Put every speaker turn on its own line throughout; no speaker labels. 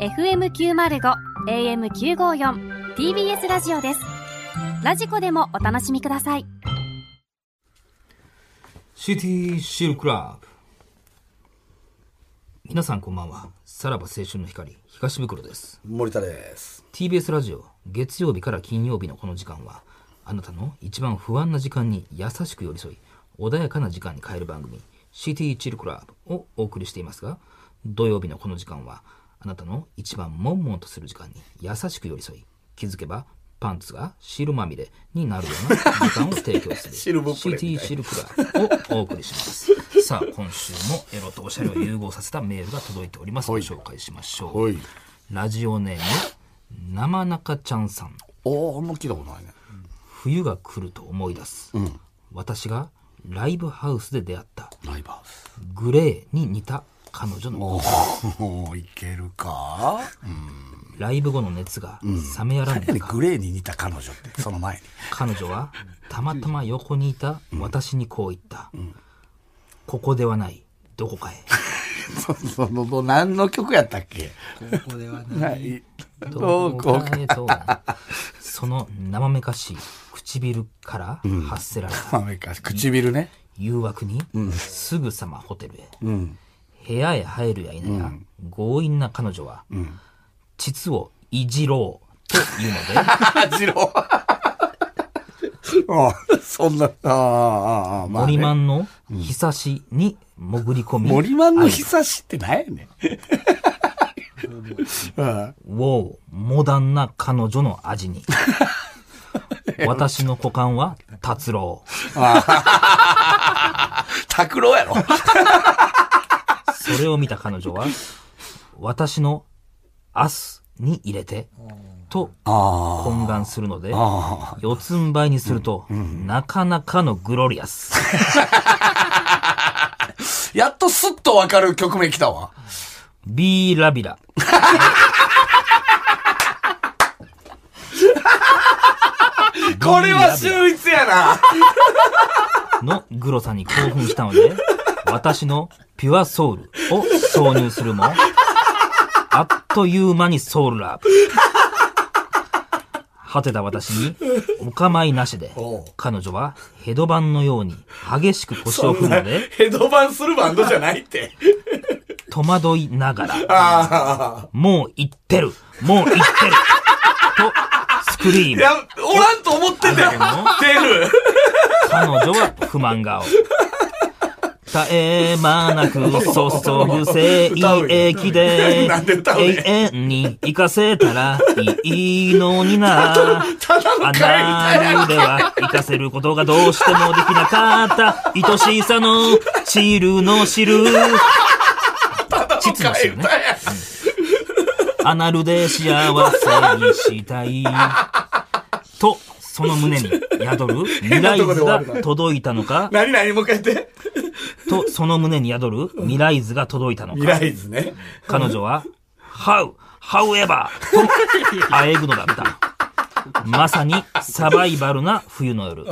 FM905 AM954 TBS ラジオですラジコでもお楽しみください
シティシールクラブ皆さんこんばんはさらば青春の光東袋です
森田です。
TBS ラジオ月曜日から金曜日のこの時間はあなたの一番不安な時間に優しく寄り添い穏やかな時間に変える番組「シティチルクラブ」をお送りしていますが土曜日のこの時間はあなたの一番悶々とする時間に優しく寄り添い気づけばパンツが汁まみれになるような時間を提供する
汁ぶっぷれみたい
CT
な
シルクラをお送りします。さあ、今週もエロとおしゃれを融合させたメールが届いております。ご紹介しましょう。
はい。
ラジオネーム、生中ちゃんさん。
おー、あんま聞いたことないね。
冬が来ると思い出す。私がライブハウスで出会った
ライブハウス。
グレーに似た彼女の
おー、いけるか
ライブ後の熱が冷めやらぬ
何
中、
グレーに似た彼女って、その前に。
彼女はたまたま横にいた私にこう言った。ここではない、どこかへ。
そその、ど何の曲やったっけ
ここではね、
はい。
ど
ど
う
う
こう
こ
かへとその生めかしい唇から発せられた
うか。唇ね。
誘惑に、すぐさまホテルへ、
ん
部屋へ入るや否や、強引な彼女は、膣をいじろうというので
あ、ジロー。あそんな、あーあー、あー まあ、
森
ね。
マンのひさしに潜り込み、
森マンの日差しって何や ねん。うん
ウォーモダンな彼女の味 に私の股間は達郎
拓郎やろ。
それを見た彼女は、私のアスに入れて、と
あ
懇願するので、
あ
四つん這いにすると、なかなかのグロリアス。
ー。やっとスッとわかる曲名来たわ。
ビーラビラ。
これは秀逸やな。
のグロさに興奮したので、私のピュアソウルを挿入するも、あっという間にソウルラブ。果てた私に、お構いなしで
おう、
彼女はヘドバンのように激しく腰を振るので、
ヘドバンするバンドじゃないって。
戸惑いながら、
ああ。
もう行ってるもう行って ると、スクリー
い
ム
や。、おらんと思ってたよ。出る。
彼女は不満顔。絶え間なく注ぐ精液で
なんで歌うねん
永遠に生かせたらいいのに な。
ただの
ア
帰りたい
ナルでは生かせることがどうしてもできなか った愛しさの汁の汁。
ただの
膣の
帰
汁
り
ね
たいや。
アナルで幸せにしたい。と、その胸に宿る未来図が届いたのか、
何何もう一回言って。
と、その胸に宿る未来図が届いたの
未
か、
来図ね。
彼女は、How, however, と、あえぐのだった。まさにサバイバルな冬の夜。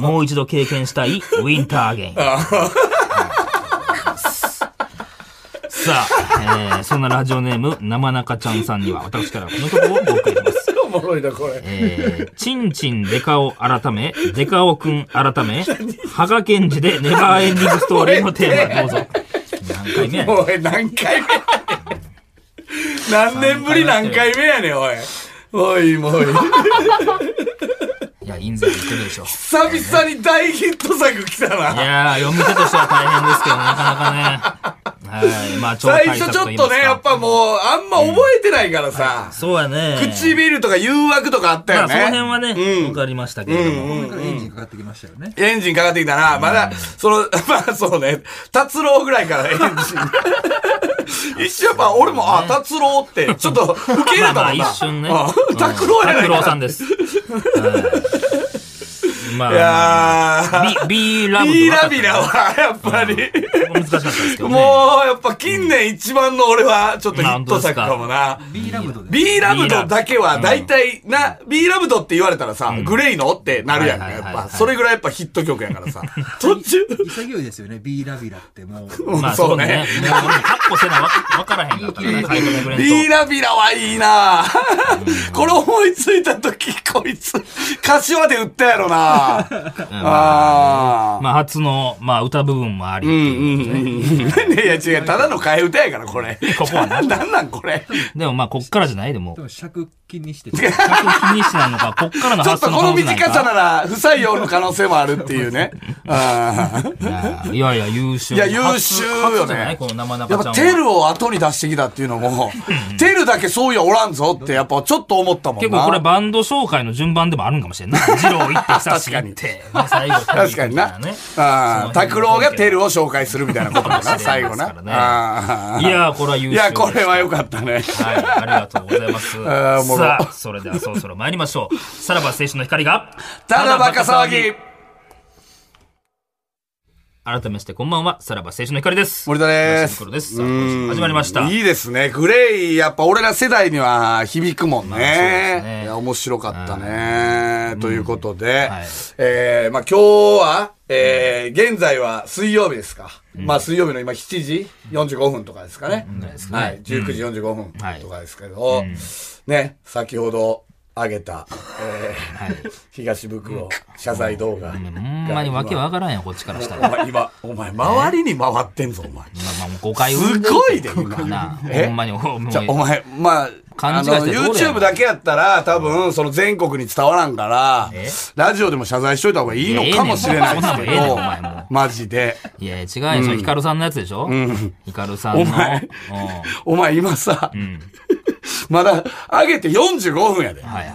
もう一度経験したいウィンターゲイン。さあ、えーそんなラジオネーム、生中ちゃんさんには、私からこの曲をお送りします。
おもろいな、これ。
えー、チンチンデカオ改め、デカオくん改め、ハガケンジでネバーエンディングストーリーのテーマどうぞ。何回目やねん
おい、何回目やねん。何年ぶり何回目やねん、おい。おい、もうい。
いや、印税言ってるでしょ。
久々に大ヒット作来た
い
な。
やー、読み手としては大変ですけど、なかなかね。はい。まあ、超
最
大
初
作
ちょ
言
っ
います
と
か
ね、やっぱもう、あんま覚えてないからさ。
そうやね。
唇とか誘惑とかあった
ま
よ
あ、
ね。
その辺はね、わかりましたけれども。
これからエンジンかかってきましたよね。
エンジンかかってきたな。まだ、その、まあそうね、達郎ぐらいからエンジン。一瞬やっぱ俺も、あ、達郎って、ちょっと、受け入れ
まあ
たもんな。
まあ、一瞬ね
あ。拓郎やない
拓郎さ
か。
んです。はいまあ
いやー
B、B ラブと
ビ
分
ー
かった
ラビラは、やっぱり。
ここ難しかったですけどね。
もう、やっぱ近年一番の俺は、ちょっとヒット作かもな。
B ラブドで。
B ラブドだけは、大体な、B ラブドって言われたらさ、グレイのってなるやんか、
はい
や
はいは
っ
いはい
ぱ。それぐらいやっぱヒット曲や からさ。途中。
潔いですよね。B ラビラっても う。
まあ
そ
そうう
ね
ね。もう、カッコせなわわからへんかったからね、タイトルぐらいの
ビーラビラはいいなこれ思いついたとき、こいつ、柏で売ったやろな
とうん
あ
まあ、初の、まあ、歌部分もありっていうことですね。
ー。いや違う、ただの替え歌やから、これ。
ここはな
なんなんこれ。
でもまあ、こっからじゃないでもう、
多分尺気にしてて。
客を気にしてないのか、こっからの
ちょっ
発
と
想の
この
話な
短
いか
さなら、不採用の可能性もあるっていうね。あー
いやいやいや、優秀。
いや優秀よ
初
ね
初じゃないこの生
や
中
っ
ちゃん
ぱ、
は。
テルを後に出してきたっていうのも、テルだけそういやおらんぞって、やっぱちょっと思ったもんな。
結構これバンド紹介の順番でもあるんかもしれんない。ジロー行って、久し行って、ね最後、
確かにな。ああ、拓郎がテルを紹介するみたいなこ とか
か
な、
もしれない
最
で
後
す
な
からね。
ああ
いやー、これは優秀
い
でした。
や、これは良かったね。
はい、ありがとうございます。
あーおもろ
さあ、それではそろそろ参りましょう。さらば青春の光が、
ただバカ騒ぎ
改めまして、こんばんは、さらば青春の光です。
森田です
東野黒です。さあ今週も始まりました。
いいですね。グレイ、やっぱ俺ら世代には響くもんね。
あそうですね
いや面白かったね。ということで、
はい
えー、まあ今日は、えー、現在は水曜日ですか。まあ水曜日の今7時45分とかですかね。
ですね
はい、19時45分
はい
とかですけど、ね、先ほど上げた、えー
はい。
東袋謝罪動画。
ほんまにわけわからんよ、こっちからした
お
ら。ま
前今、お前周りに回ってんぞ、お前。
あまあ、もう誤解を生
す
んでる
ごいで、
か
今。
な。
え
ほんまに、ほんま
じゃあお
に。
前、まあ、
勘違
あ
いして
の、
どうやねん
YouTube だけやったら、多分、その全国に伝わらんから
え、
ラジオでも謝罪しといた方がいいのかもしれないですけ
いやええねんそんなんもええね
ど
んお前も、
マジで。
いや、違うよ、それヒカルさんのやつでしょヒカルさんの。
お
う
前
ん
お前今さ、まだ、上げて45分やで。
はいは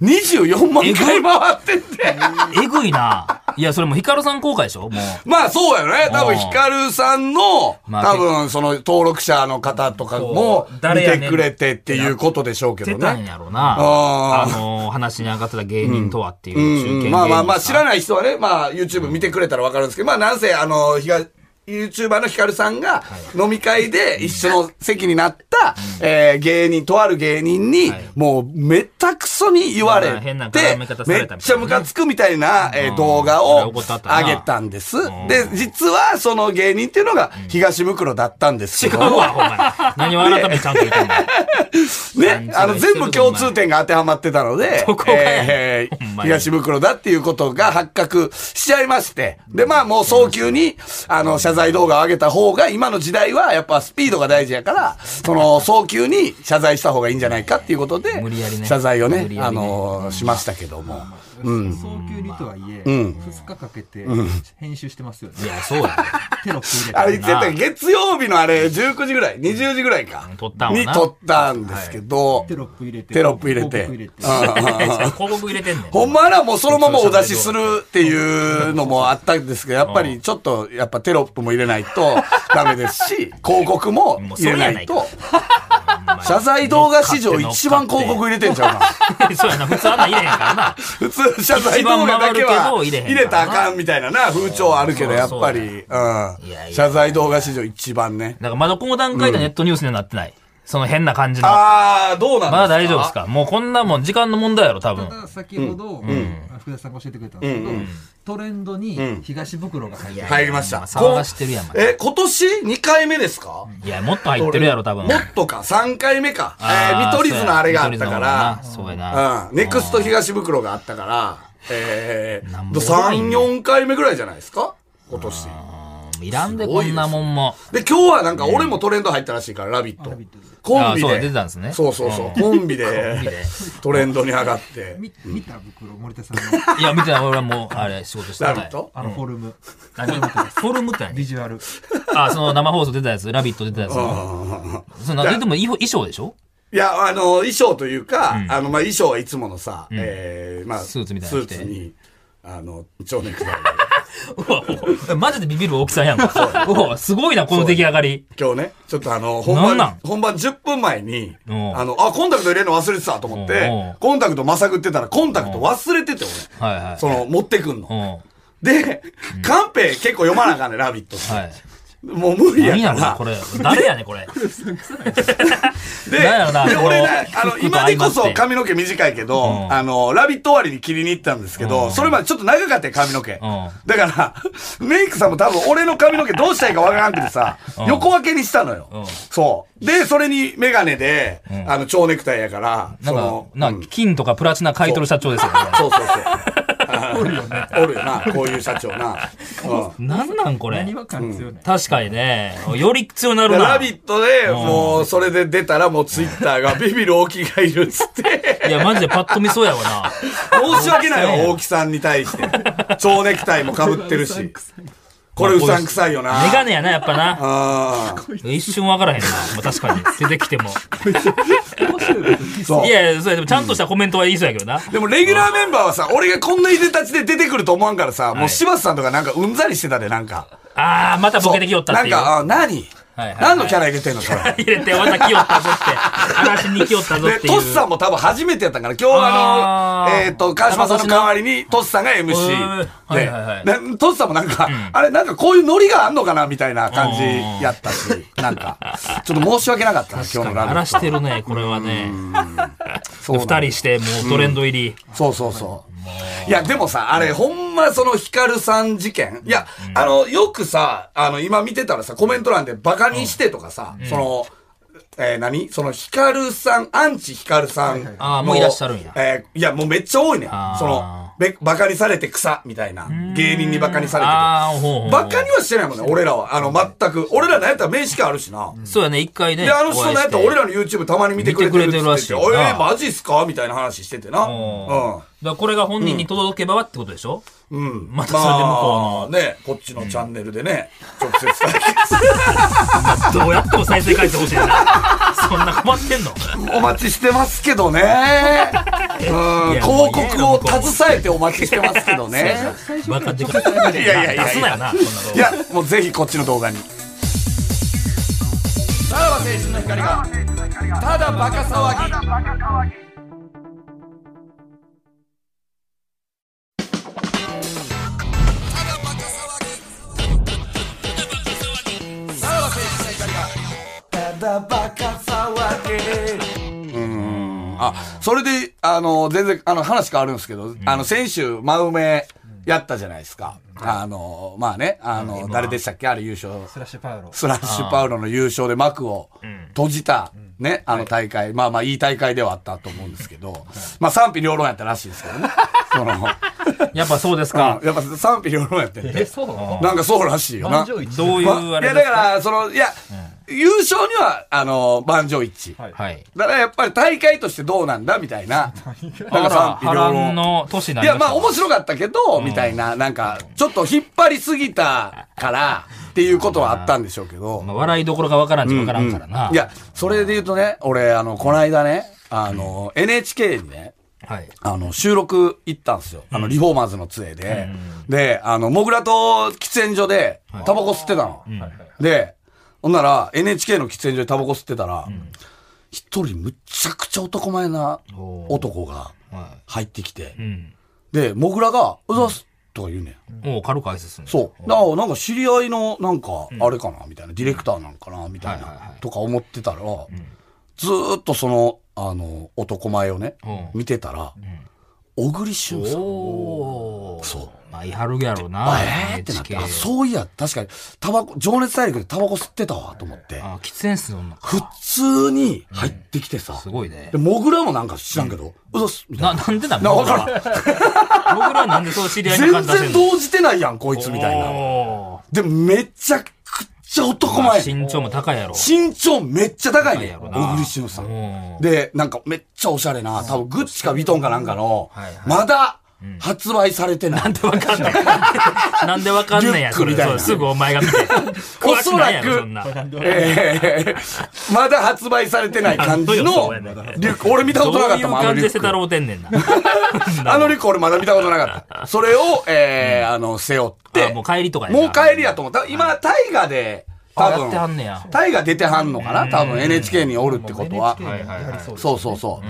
24万回回ってって。
い。えぐいな。いや、それもうヒカルさん後悔でしょもう。
まあそうやろね。多分
うん
ヒカルさんの、
まあ
多分その登録者の方とかも
そう
見
誰やねん
てくれてっていうことでしょうけ
出
ど
たん
ね。
やろな。
あ
あ
ー
の、話に上がってた芸人とはっていう中
う
堅
んう
芸人さ
ん、
ん。
まあまあまあ知ら
ない。
ない人はね、まあ YouTube 見てくれたらわかるんですけど、まあなんせあの、ひが、YouTuber のヒカルさんが飲み会で一緒の席になった、えー芸人、とある芸人に
い、
もうめったくそに言われ
まあ
て、
変な絡
め
み方されたみたいなね
っちゃムカつくみたいな、えー
うん
動画を
怒ったったな
上げたんです
ん。
で、実はその芸人っていうのが東袋だったんですけど、
うわ、ほんま に。何を改めてちゃんと言ってんの
ね、あの、
勘違いして
全
る
部共通点が当てはまってたので、
どこがや
えー
ほんまに
東袋だっていうことが発覚しちゃいまして、で、まあもう早急に、あの、謝罪動画を上げた方が、今の時代はやっぱスピードが大事やから、その、早急に謝罪した方がいいんじゃないかっていうことで、
無理やりね
謝罪をね
無理、や
あ
りね
の、しましたけども。
うん。早急にとはいえ、2日かけて編集してますよ
い
ね。
や、そうやで。
テロップ入れて。
あれ、絶対月曜日のあれ、19時ぐらい、20時ぐらいか。
撮ったんわ
に
な
撮ったんですけど、
テロップ入れて。
テロップ入れて。
広告入れて
うん うんうん
広告入れてんねん。
ほんまらもうそのままお出しするっていうのもあったんですけど、やっぱりちょっと、やっぱテロップも入れないとダメで すし、広告も入れないと。謝罪動画史上一番広告入れてんちゃう か。
告。そうやな、普通あんなん入れへんからな。
普通謝罪動画だ
一番
けは
回るけど入れへんからな
入れたらあかんみたいなな、風潮あるけど、やっぱり、
いやい
うん。
や
謝罪動画史上一番ね。
だからまだこの段階でネットニュースにはなってない。その変な感じの。ま
あー、どうなんですか
だ大丈夫ですかもうこんなもん時間の問題やろ、多分
た。だ先ほど、福田さんが教えてくれたんですけど、トレンドに東袋が入ってる。
入りました。
まあ騒がしてるやん
こえ、今年2回目ですか
いや、もっと入ってるやろ、多分。
もっとか、3回目か。えー、
あー
見取り図のあれがあったか。ら、
そうやな
うん。ネクスト東袋があったから、えー、
なんぼ多い
3、
ね
4回目ぐらいじゃないですか今年。
うんいらんで、こんなもんも。
で、今日はなんか俺もトレンド入ったらしいから、ラビット。コンビ
あーそ
で。
う出てたんですね
そうそうそう。コンビで、トレンドに上がって。
み見た袋、森田さんの
いや、見てない、俺はもう、あれ、仕事して
ラ
た
ビット
あのフォルム、
何フォルムって
ビ
何
ジュアル。
あ、その生放送出たやつ、ラビット出たやつ。その、でも衣衣装でしょ
いや、あの、衣装というか、あの、まあ、衣装はいつものさ、えーまあ、
スーツみたい
ス
なの
ー
着て
ツに、あの、蝶ネクタイで
うわおマジでビビる大きさやんか。うわすごいな、この出来上がり。
今日ね、ちょっとあの、本
なんな
番
ん、
本番10分前に、
うん
あの、あ、コンタクト入れるの忘れてたと思っ
う
て
ん、
コンタクトまさぐってたら、コンタクト忘れてて、
はいは
俺。
い。
その、持ってくん
う
の。
ん。は
で、カンペ結構読まなあかんねん、ラビット。
い。
もう無理
何や
や
ろな、
か
これ。誰やねん、 これ。
ら。で、
何やろな
で
この
俺ね、あの、
服と
今でこ
相ま
そ
って
髪の毛短いけど、
ん
あの、ラビット終わりに切りに行ったんですけ
う
ど、
ん
それまでちょっと長かったよ、髪の毛。
う
だから、 メイクさんも多分俺の髪の毛どうしたらいいかわからんくてさ
うん、
横分けにしたの
う
よ
ん。
そう。で、それにメガネで、
ん
あの、蝶ネクタイやから、
な
そ
んか
の、、
なんか金とかプラチナ買い取る社長ですよね。
そうそう そう。おるよな。 おるよな、こういう社長な。うん
なんなん、これ
何。わかるんですよね。
確かにね。より強なる
で
な。
ラビットで、もう、それで出たら、もうツイッターが、ビビる大木がいるっつって。
いや、マジでパッと見そうやわ な。
申し訳ないよ、大木さんに対して。蝶ネクタイも被って るし。これうさんくさいよな。
メガネやな、やっぱな。
ああ。
一瞬わからへんな。まあ確 かに。出てきても。
そう
い。やいや、それでもちゃんとしたコメントは言いそうやけどな。
でも、レギュラーメンバーはさ、俺がこんないでたちで出てくると思わんからさ、もう柴田さんとかなんかうんざりしてたで、なんか。
あー、またボケてきよったっ
な
て
ん
いう。
か、あ何
はいはいはい
何のキャラ入れてんのそれ。
入れて、また来よったぞ って。嵐に来よったぞ
で
っ、ていう。
トスさんも多分初めてやったんから、今日
あ
あの、
ー
えっと、川島さんの代わりに、トスさんが
うんはいはいはい
MC で、でトスさんもなんか、あれ、なんかこういうノリがあんのかなみたいな感じやったし、なんか、ちょっと申し訳なかったな、今日のラ
荒
ブ
らしてるね、これはね。
そう
二
なの
人して、もうトレンド入り。
そうそうそう。いや、でもさ、あれ、ほんまそのヒカルさん事件。いや、あの、よくさ、あの、今見てたらさ、コメント欄でバカにしてとかさ、その、えー何その、ヒカルさん、アンチヒカルさんの。
あーもういらっしゃるんや
えーいや、もうめっちゃ多いねん
あー
その、べバカにされて草、みたいな。芸人にバカにされてる。
あー、ほうほうほう。
バカにはしてないもんね、俺らは。あの、全く。俺らなんやったら名刺感あるしな。
そうやね、一回ね。
で、あの人なんやったら俺
ら。
らの YouTube たまに見てくれてるっつっ
見てく
て
れてるらしい
え
よ
ー、マジっすかみたいな話しててな。う
うん
ん。
だからこれが本人に届けばってことでしょ
うん。
またそれで向こ
まあね、こっちのチャンネルでね、直接対
どうやっても再生回数欲しいな。 そんな困ってんの
決 お待ちしてますけ どね。うん
いや
広告を携えてお待ちしてますけどね。
バカでかい。
いやいやいやいや
出すなよな、こんなとこ
いや、もうぜひこっちの動画に。さらば青春の光が、ただバカ騒ぎ。あ、それで、あの、全然、あの、話変わるんですけど、あの、先週、真梅やったじゃないですか。あの、まあね、あの、誰でしたっけあれ優勝。
スラッシュパウロ。
スラッシュパウロの優勝で幕を閉じた、ね、あの大会、まあまあいい大会ではあったと思うんですけど、まあ賛否両論やったらしいですけ どね。その、うん
やっぱそうです
や
か
っ。ぱ賛否両論やってん
え、
て。
そう
なんかそうらしいよな
満。場一致
どういう
ま
あ
い
れで
や、だ
す
か、
から
その、いや、優勝には、あの、満場一致。
はい
はい。
だからやっぱり大会としてどうなんだみたいな。
あ、
なんから賛否
波
両論
乱の年にないりま
や、
した
まあ面白かったけど、みたいな、なんか、ちょっと引っ張りすぎたから、っていうことはあったんでしょうけど。
まあ笑いどころがわからんじゃわからんからな。
いや、それで言うとね、俺、あの、この間ね、あの、NHK にね、
はい。
あの、収録行ったんですよ。あの、リフォーマーズの杖で。で、あの、モグラと喫煙所で、タバコ吸ってたの。で、ほんなら、NHK の喫煙所でタバコ吸ってたら、一人むちゃくちゃ男前な
おー
男が
は
入ってきて
い。う、ん。
で、モグラが、うざすとか言うねん。
もう軽く挨拶するね
そう。ななんか知り合いの、なんか、あれかな、みたいな、ディレクターなんかな、みたい
はいはい
な
は、い
とか思ってたら、ずーっとその、あの、男前をね、
うん
見てたら、小栗旬さん。
おー。。
そう
まあ、いはるやろうな。
あえーってなって、
NHK
あ、そういや、確かに、タバコ、情熱大陸でタバコ吸ってたわ、と思って、
あ、喫煙室の女か
普通に入ってきてさ、
すごいね
で、。モグラもなんか知らんけど、うざっす、み
な、
たいな。
なんでなん
な、わ
僕
かららん。
僕らなんでそう知り合いの
全
感じ出せ
然
んの
動じてないやん、こいつ、みたいな。
お
で、めちゃくちゃ男
ーまあ
前。
身長も高いやろ。
身長めっちゃ高い
高い
ね
やろな
小栗旬さん。
うん
で、なんかめっちゃおしゃれな、多分グッチかヴィトンかなんかの
はいは、い
まだ発売されてない。
わかんない。なんでわかんないや
リュックみたいな
そうすぐお前が見て。
おそらく
詳しいんやろそんな。
えー まだ発売されてない感じのリ
あそうよそうやね
ュック。俺見た
ど
こ
う
となかっ
い
た
う
もん、あの
感
リ
じで
ュッ
せ
ク
た。ろうてんねんな。
あのリュック俺まだ見たことなかった。それを、えーあの、背負って。
あもう帰りとかやな
もう帰りやと思った。今、大河で、多
あやってはんね
分
や、
大河出てはんのかな多分 NHK におるってことは。
NHK がやはりそうです
そうそうそ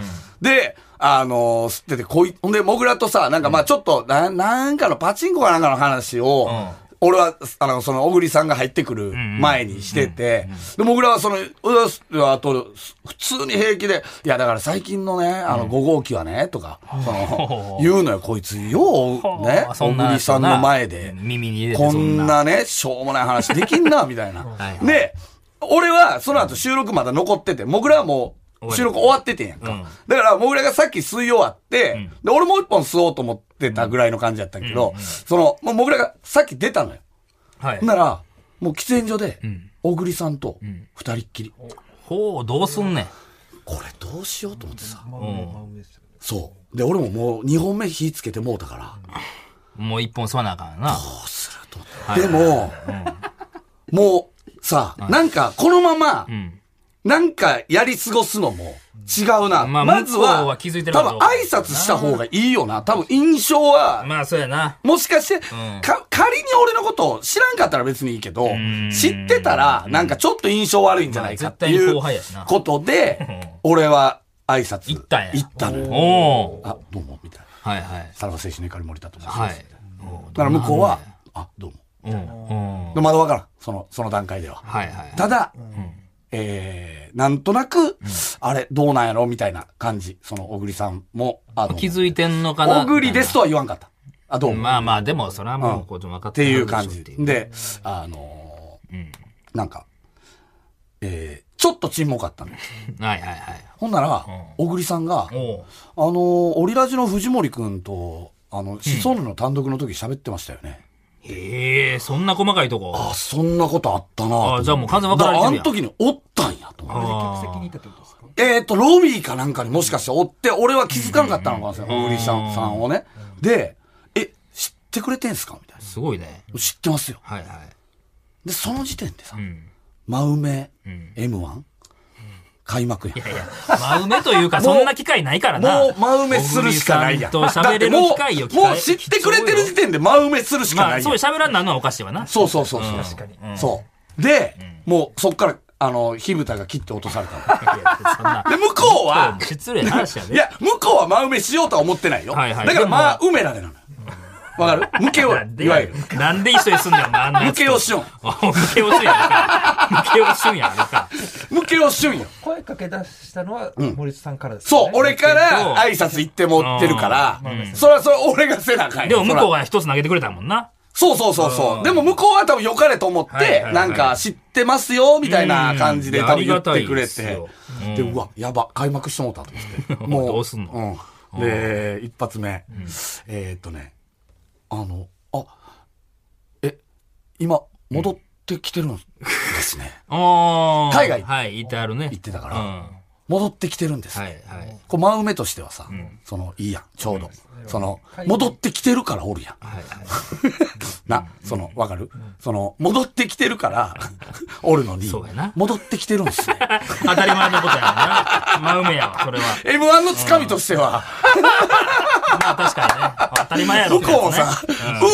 う。で、あのー、吸ってて、こい、ほんで、もぐらとさ、なんかまあちょっと、ななんかのパチンコかなんかの話を、
ん
俺は、あの、その、小栗さんが入ってくる前にしてて、で、もぐらはその、うわすあと、す普通に平気で、いや、だから最近のね、あの、5号機はね、とか、その、言うのよ、こいつ、よう、ね、
あ
小栗さんの前で。
耳に入れて
こ
そん
ん
な。
なね、しょうもない話できんな、みたい な。
はい
で、俺は、その後収録まだ残ってて、もぐらはもう、収録終わっててんやんか。
うん
だから、もぐらがさっき吸い終わって、で、俺もう一本吸おうと思ってたぐらいの感じやったんやけど、その、もうもぐらがさっき出たのよ。
はい
ほん。なら、もう喫煙所で、小栗さんと、二人っきり。
ほう、どうすんねん。
これどうしようと思ってさ。
真上ですよね
そう。で、俺ももう二本目火つけてもうたから、
もう一本吸わなあかんな。
どうすると思って
はい
でも、もう、さ、なんか、このまま、
ん
なんかやり過ごすのも違うな。
ま
ま
あ
ず
向こ
は、
うは気づいてる
多
かど
分
う
挨
か
拶した方がいいよな。多分印象は、
まあ、そうやな。
もしかして、
うん
か、仮に俺のことを知らんかったら別にいいけど
ん、
知ってたら、なんかちょっと印象悪いんじゃないかってい
まあ絶対に
う
後輩やしな
ことで、俺は挨拶。
行ったんや
行ったのよ。
おお。
あ、どうも、みたいな。
はいはい。
さらば青春の怒り森田と申しま
はい
す。。だから向こうは、あ、どうも。
うん。うん。
でまだわからん。その、その段階では。
はいはい。
ただ、えー、なんとなく、あれ、どうなんやろみたいな感じ。その、小栗さんも、あの、
気づいてんのかな。
小栗ですとは言わんかった。あ、どうも。
まあまあ、でも、それはもう、こう、分か
っ
って
て
は
いう
るでしょ
感じ。
っていう
で、あのーなんか、えー、ちょっと沈黙あったのよ。
はいはいはい。
ほんなら、小栗さん
おう
が、あのーオリラジの藤森くんと、あの、シソンヌの単独の時喋ってましたよね。
へえ、そんな細かいとこ。
あ、そんなことあったなと思って
あじゃあもう完全に分かられてるやん
だらあの時におったんやと思って。
あれで客席にいたってことですか
えっ、と、ロビーかなんかにもしかして追って、俺は気づかなかったのかもしれない。小栗さんさんをね。で、え、知ってくれてんすかみたい
すごいね。
な。知ってますよ。
はいはい。
で、その時点でさ、
ん
真梅、M1、開幕やん。
いやいや、真梅というか、そんな機会ないからな。
もう真埋めするしかないやん。
小栗さんと喋れる機会よ、
だってもう、もう知ってくれてる時点で真埋めするしか
ま
な
あ、
いや
そ
ん
ういう。喋らんなんのはおかしいわな。
そうそうそうそう。
確かに
そう。で、もうそっから、あの、火蓋が切って落とされたの。
いやいやそん な
で、向こうは、
失礼な話や
い
ね。
や、向こうは真埋めしようとは思ってないよ。
はいはい
だから、
でも
まあ、埋められなのよ。わかる向けを、
なん で
いわゆる。
なんで一緒にすんねん、お前あんなや
向
つと
けをしよん。
あ向けをしゅんやあれか。向けをしゅんや、あれか。
向けをしよんよ。
声かけ出したのは森内さんからですよ
そう
ね、
俺から挨拶行って持ってるから、それはそれ俺が背中
でも、向こう
は
が一つ投げてくれたもんな。
そうそうそうそう。でも向こうは多分良かれと思っ
はいはい
て
は、い
なんか知ってますよ、みたいな感じで
うん
多分言ってく
ありがたいで
れ
す
て
よ。
で、うわ、やば、開幕してもうたと思 って。
どうすんの
うんで、一発目。えーっとね、あの、あ、え、今、戻ってきてるんですね。
おー
海外
はい、言ってあるね。
言ってたか
うん。
ら、
は
戻ってきてるんです
い、は
ね。
い。
こう真梅としてはさ、そのいいやんちょうど、その戻ってきてるからおるやん、
はい、
なそのわかる、その戻ってきてるからおるのに
そうやな
戻ってきてるん ですね
当たり前のことやもんな。真梅やわ、それは。
m 1のつかみとしては、
まあ、確かにね。当たり前やろ。
向こうもさ、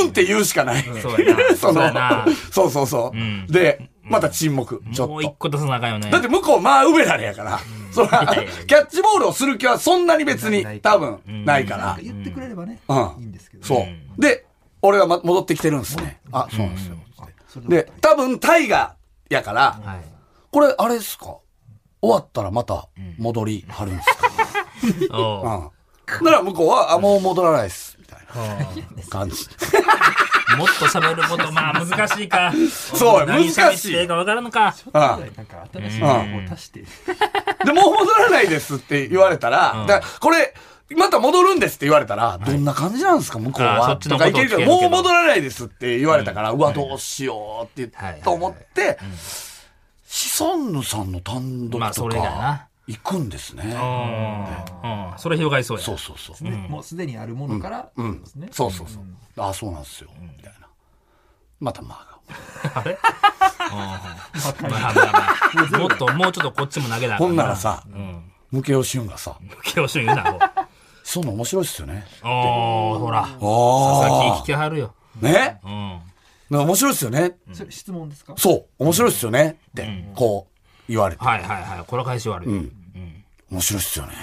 うんって言うしかない、
そうやな
そ
そう
の
やな
そうそうそう、
ん
でまた沈黙ちょっ
もう一
と
個出さなあかんよね。
だって向こうまあ梅られやから、そら
いやいやいや
キャッチボールをする気はそんなに別に多分ないか
なん
ら
か、言ってくれればね
うん
いいんですけどね
そう。で、俺はま戻ってきてるんですね。あ、そうなんですよ。
それで
で、多分タイガーやから、
はい。
これあれですか終わったらまた戻りはるんですか、
おう
うん。なら向こうは、あ、もう戻らないです。みたいな感 じ。
もっと喋ること、まあ難しい か。
そうよ
何
難
喋っ
しい
てええか分からんのか。
うん。
なんか新しい情報を足して
で、もう戻らないですって言われたら、だからこれ、また戻るんですって言われたら、どんな感じなんですか、向こう
あーそ
は。
っちの
と
こ
か
と
いけるけ
聞け
ど、
るけ
も
ど
う戻らないですって言われたから、うわ、どうしようって
はいはい
と思って、シソンヌさんの単独
まあ
と
それが
か、
な。
行くんですね。
うんうんそれ広がりそうや
そうそうそう。
ねもうすでにあるものからってことですね。
そうそうそう。あそうなんですよ。みたいな。またまあが。
まあまあ まあもっともうちょっとこっちも投げなあか
ほんなら
な
さ、ムケオシュンがさ、
教師に言うなもう
そういうの面白いっすよね。
おーほら佐々木
あ
聞きはるよ
あ。ね
うん
なんか面白いっすよね。
それ質問ですか
そう、面白いっすよね。って、こう、言われて。
はいはいはいこれは返し悪いようん
面白いっすよね。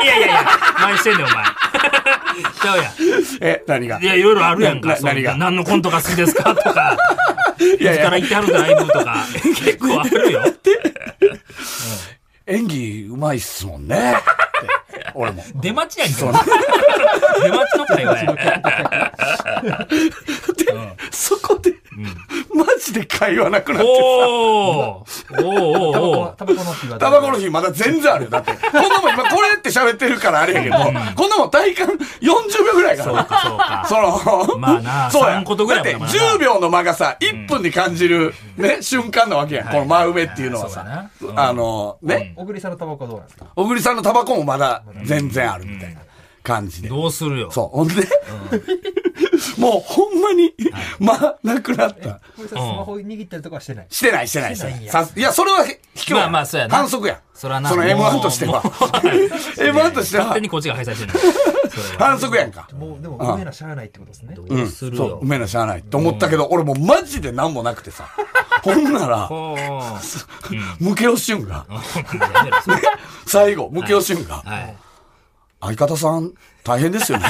いやいやいや何してんねんお前 ちゃうやん
え、何が
いや、いろいろあるやん
な
か。そんな
何が
何のコントが好きですかとか。い つ
いやいや
から行ってはるライブと か。結構あるよ。
演技うまいっすもんね。って俺も。
出待ちやんけ。 出待ちの会 話や。
そこで、マジで会話なくなって。
おーおー
タバ
お
コ
ー
のタバコの日は
タバコの日まだ全然あるよ。だって、こんなもん今これって喋ってるからあれやけど、こんなもん体感40秒ぐらいか
そう
な。
かそうか。
その、
まあな
そうや。
三ことぐらい
だ
や
って
もんな
10秒の間がさ、1分に感じるね、瞬間なわけやん。
はい
この真上っていうのは
そうや
さ
なう、ん
あの、ね、
小栗さんのタバコはどうなんですか
小栗さんのタバコもまだ全然あるみたいな感じで。
どうするよ。
そう。ほんで、 もうほんまに、間なくなった。
小栗さんスマホ握ったりとかはしてない
してない、してない、してない。さいや、それは卑怯や。
まあまあそうやな
反則や。
そらな
の
もう
M1 とし ては。
もう
M1 として
勝
は
手、にこっちが開催してる。それは
反則やんか。
もうでも上なしゃあないってことですね
どうする
そう
よ、
う。めえのしゃあないと思ったけど、俺もうマジで何もなくてさ。 ほんなら、
おー
ムケオシュンが、
やめろそれ
最後、ムケオシュンが、
はい。
相方さん、大 変ですよね。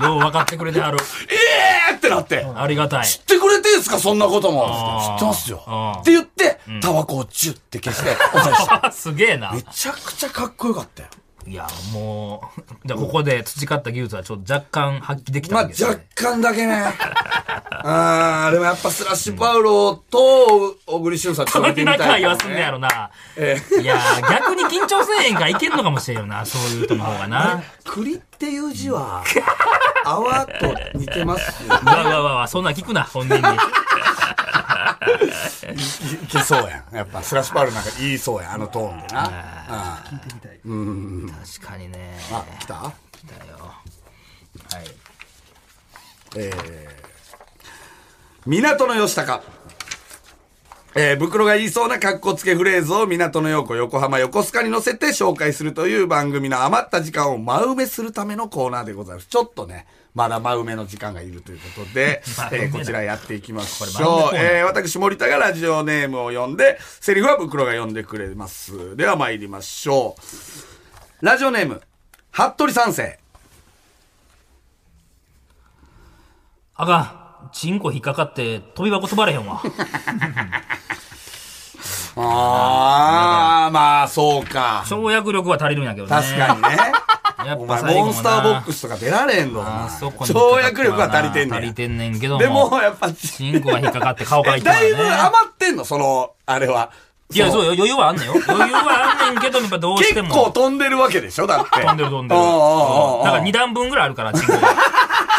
よう分かってくれてはる。
えーってなって、
ありがたい。
知ってくれてんすか、そんなことも。
あー
知ってます
あ
よ。
ー
って言って、タバコをチュッて消して、お茶した。
すげえな
め。ちゃくちゃかっこよかったよ。
いや、もう、じゃあここで培った技術はちょっと若干発揮できた
まあ
わけですね。
若干だけ ね。ああ、でもやっぱスラッシュパウロと小栗旬さんちょっと
こ
見
ん
てみ
な
たい
会
な、
話すんねやろな。
え
いやー、逆に緊張せえへんからいけんのかもしれんよな、そういう人の方がな。
栗っていう字は、泡と似てますよ。
わわわわ、そんなん聞くな、本人に。
いけそうやん。やっぱスラッシュパウロなんか言いそうやん、あのトーンでな。あ
聞いてみたい
確かにね。
あ、来た
だよ。はい。
えー、港の吉高。えー、袋が言いそうな格好つけフレーズを港の横、横浜、横須賀に乗せて紹介するという番組の余った時間を真埋めするためのコーナーでございます。ちょっとね、まだ真埋めの時間がいるということ で、えーこちらやっていきまし
これ
ょう。
真埋めコーナー
えー私、森田がラジオネームを呼んで、セリフは袋が呼んでくれます。では参りましょう。ラジオネーム、服部三世。
あかん。チンコ引っかかって飛び箱飛ばれへんわ。
ああ、まあ、そうか。
跳躍力は足りるんやけどね。
確かに ね。
に。やっ
お
ぱ最
前、
後もな
モンスターボックスとか出られんの。お前
あそこに引っかか
跳
った
躍力は足りて
足
んね
り
ん。
てんねんけども。
でも、やっぱ、
チンコが引っかかって顔が痛い
だいぶ
ね。
余ってんの、その、あれは。
いや、そうよ、余裕はあんねん よ。余裕はあんねんけど、やっぱどうし
結
ても。
構飛んでるわけでしょだって。
飛んでる飛んでる。
おうおうおうおう
だから2段分ぐらいあるから、チン コが。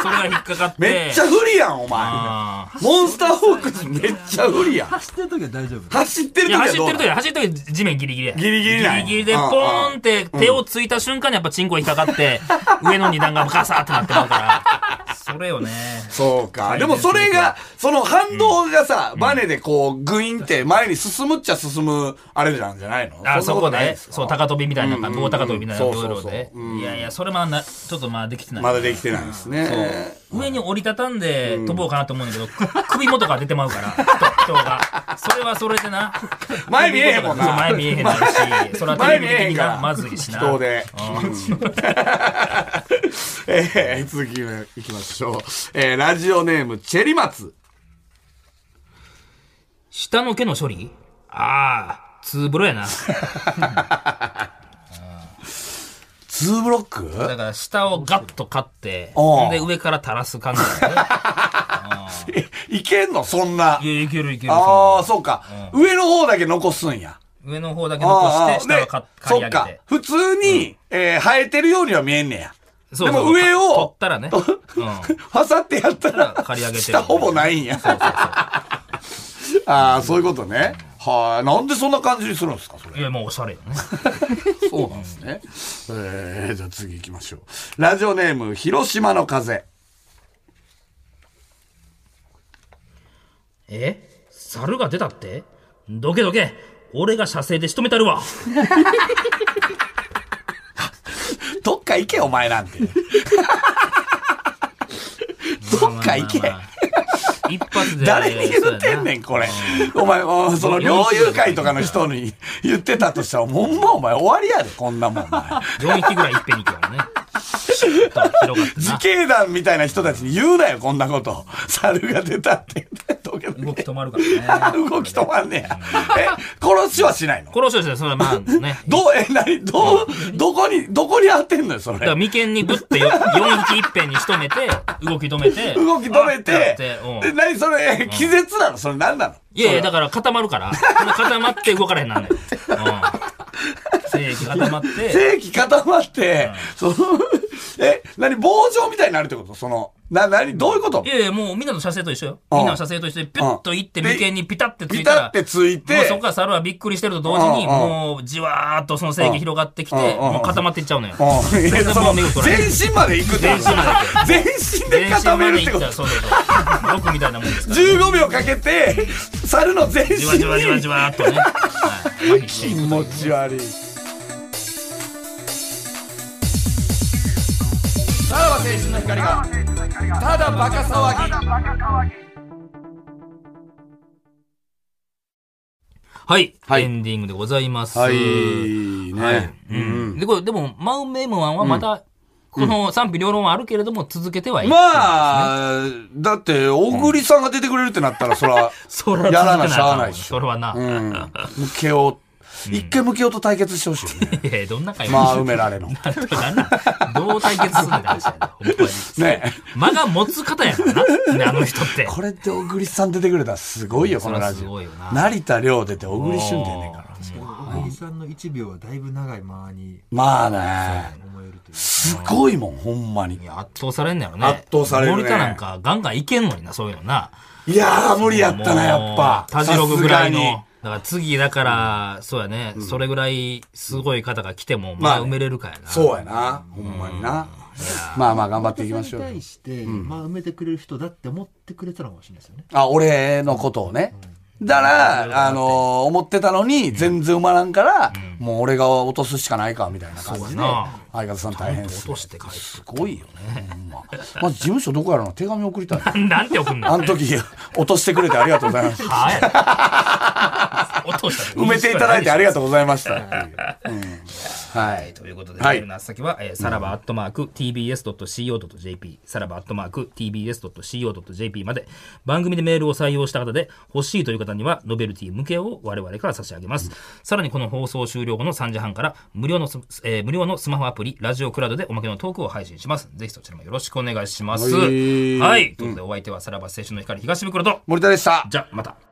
それが引っかかって。
めっちゃ不利やん、お前。
あ
モンスターボックスめっちゃ不利やん。
走ってる時は大丈夫
走ってる
ーい
時
や、
は
走っ
どう
てる
なの
時は、走ってる時地面ギリギリや。
ギリギリなんや
ギリギリで、ポーンって手をついた瞬間にやっぱチンコが引っかかって、上の2段がガサーってなってる から。それよね。
そうか。でもそれが、その反動がさ、バネでこう、グインって前に進むっちゃ進む、あれじゃんじゃないの
あ、そ
んな
こ
とない
で、
すか
そう、高跳びみたいな、棒高跳びみたいな、
うん
道路で
そうそうそうう。ん
いやいや、それまあな、ちょっとまあできてない。
まだできてないですね。
上に折りたたんで飛ぼうかなと思うんだけど、 首元から出てまうから、人人が。それはそれでな。
前 見えへんもんな
そう前見えへんなるし、それはテ
前
レビ
見え
的
へ
に
ん
な
か
ま
ら、
ずいしな。
人で。
うん
えー続きいきましょう。えーラジオネーム、チェリマツ。
下の毛の処理ああ、ツーブロやな。
ツーブロック
だから下をガッと刈って、
おう
で上から垂らす感じだね。
えいけんのそんな。
いやいけるいける。
ああ、そうか。上の方だけ残すんや。
上の方だけ残
あ
して、
ー
下は刈刈り
でそ
上げ
っか
て。。
普通に、えー生えてるようには見えんねや。
そう
で
そう
も上を
取ったらね。うん
はさってやったら
刈り上げてる
下ほぼないんや。ああ、そういうことね。はい、なんでそんな感じにするんですか、それ。
いや、もう おしゃれよね。
そうなんですね。えー、じゃあ次行きましょう。ラジオネーム、広島の風。
え猿が出たってどけどけ俺が射精で仕留めたるわ
どっか行け、お前な んて。どっか行け。
まあまあまあ一発で。
誰に言ってんねん、これ。お前、おその、猟友会とかの人に 言ってたとしたら、ほんまお前終わりやで、こんなもん。お 前
そうやな。4匹ぐらいいっぺんに行くからね。シュッと広がって
自
な。
警団みたいな人たちに言うなよ、こんなこと。猿が出たって。どけどけ
動き止まるからね。
動き止まんねや。え、殺しはしないの
殺しをして、それはまあね。
どう、え、なに、どう、どこに、どこに当てんのよ、そ
だから
れ。
眉間にぶってよ4匹いっぺんに仕留めて、動き止めて。
動き止め
あやってて、うん
で、何それ、え気絶なのそれ何なの
いやいや、だから固まるから。固まって動からへんなんだよ。うん。精液固まって。
正規固まって、その、え、何、棒状みたいになるってことその、な、何、どういうこと
いやいや、もうみんなの射精と一緒よ。
うん
みんなの射精と一緒で、ピュッと行って
うん
眉間にピタってつ
ピ
いたら。
タってつい
もう
て
そ、こから猿はびっくりしてると同時に、
うんうん
もうじわーっとその精液広がってきて、
うんうん
もう固まっていっちゃうのよ。
うんいや
全
その
然もう見事な
全身まで行くってこと
全身ま
全身で固めるって
全身まで行った
こと
らそうそうそう。毒みたいなもんですから。
15秒かけて猿の全身
じわじわじわじ
に
わーっとね。はい。
気持ち悪いさらば青春の光がただバカ騒ぎ
はい。
はい
エンディングでございます。
はいね、
はいうんで、これ、でも、マウメムワンはまた、この賛否両論はあるけれども、続けてはいい。
まあ、だって、小栗さんが出てくれるってなったら、そら、
それは
やらなしゃあないでしょ
それはな。
うん、向けを、一回向けをと対決してほしいよね。
いやどんな会話
まあ、埋められ の。ね
だってなんなんどう対決するんだって話やなほんまに
え。
間が持つ方やからな。ね、あの人って。
これで小栗さん出てくれたらすごいよ、このラジ
そ
オ
りゃすごいよ。な
成田凌出て小栗旬出んねんから。
小栗さんの1秒はだいぶ長い間に
まあね、
思えるという
すごいもん、ほんまに
い。や圧倒されんねやろね。
圧倒されるね
森田なんかガンガンいけんのにな、そういうのな。
いやー、無理やったな、やっぱ。
もうたじろぐぐらい
さすが
の。だから次、だから、そうやね、それぐらにすごい方が来ても、
ま
ま
あ
あ埋めれるかやな。
そうやな、ほんまにな。まあまあ、頑張っていきましょうよ
それ。に対して、まあ、埋めてくれる人だって思ってくれたのかもしれないですよね
あ、俺のことをね。だから、あのー思ってたのに、全然埋まらんから、もう俺が落とすしかないか、みたいな感じで。
そうやな
相方さん大変です
落。として返す
す。ごいよね。ほんま。まず事務所どこやろうな手紙送りた い。
なんて送ん
あ
の
の時、落としてくれてありがとうご ざいました。
はや ろ落とした
埋めていただいてありがとうござい ました。うんはい。
ということで、
は
はいい、の宛先は、えーさらばアットマーク tbs.co.jp、さらばアットマーク tbs.co.jp まで、番組でメールを採用した方で、欲しいという方には、ノベルティ向けを我々から差し上げます。さらに、この放送終了後の3時半から、無料のス、えー無料のスマホアプリ、ラジオクラウドでおまけのトークを配信します。ぜひそちらもよろしくお願いします。
はい
はい。ということで、お相手は、さらば青春の光東袋と、
森田でした。
じゃあ、また。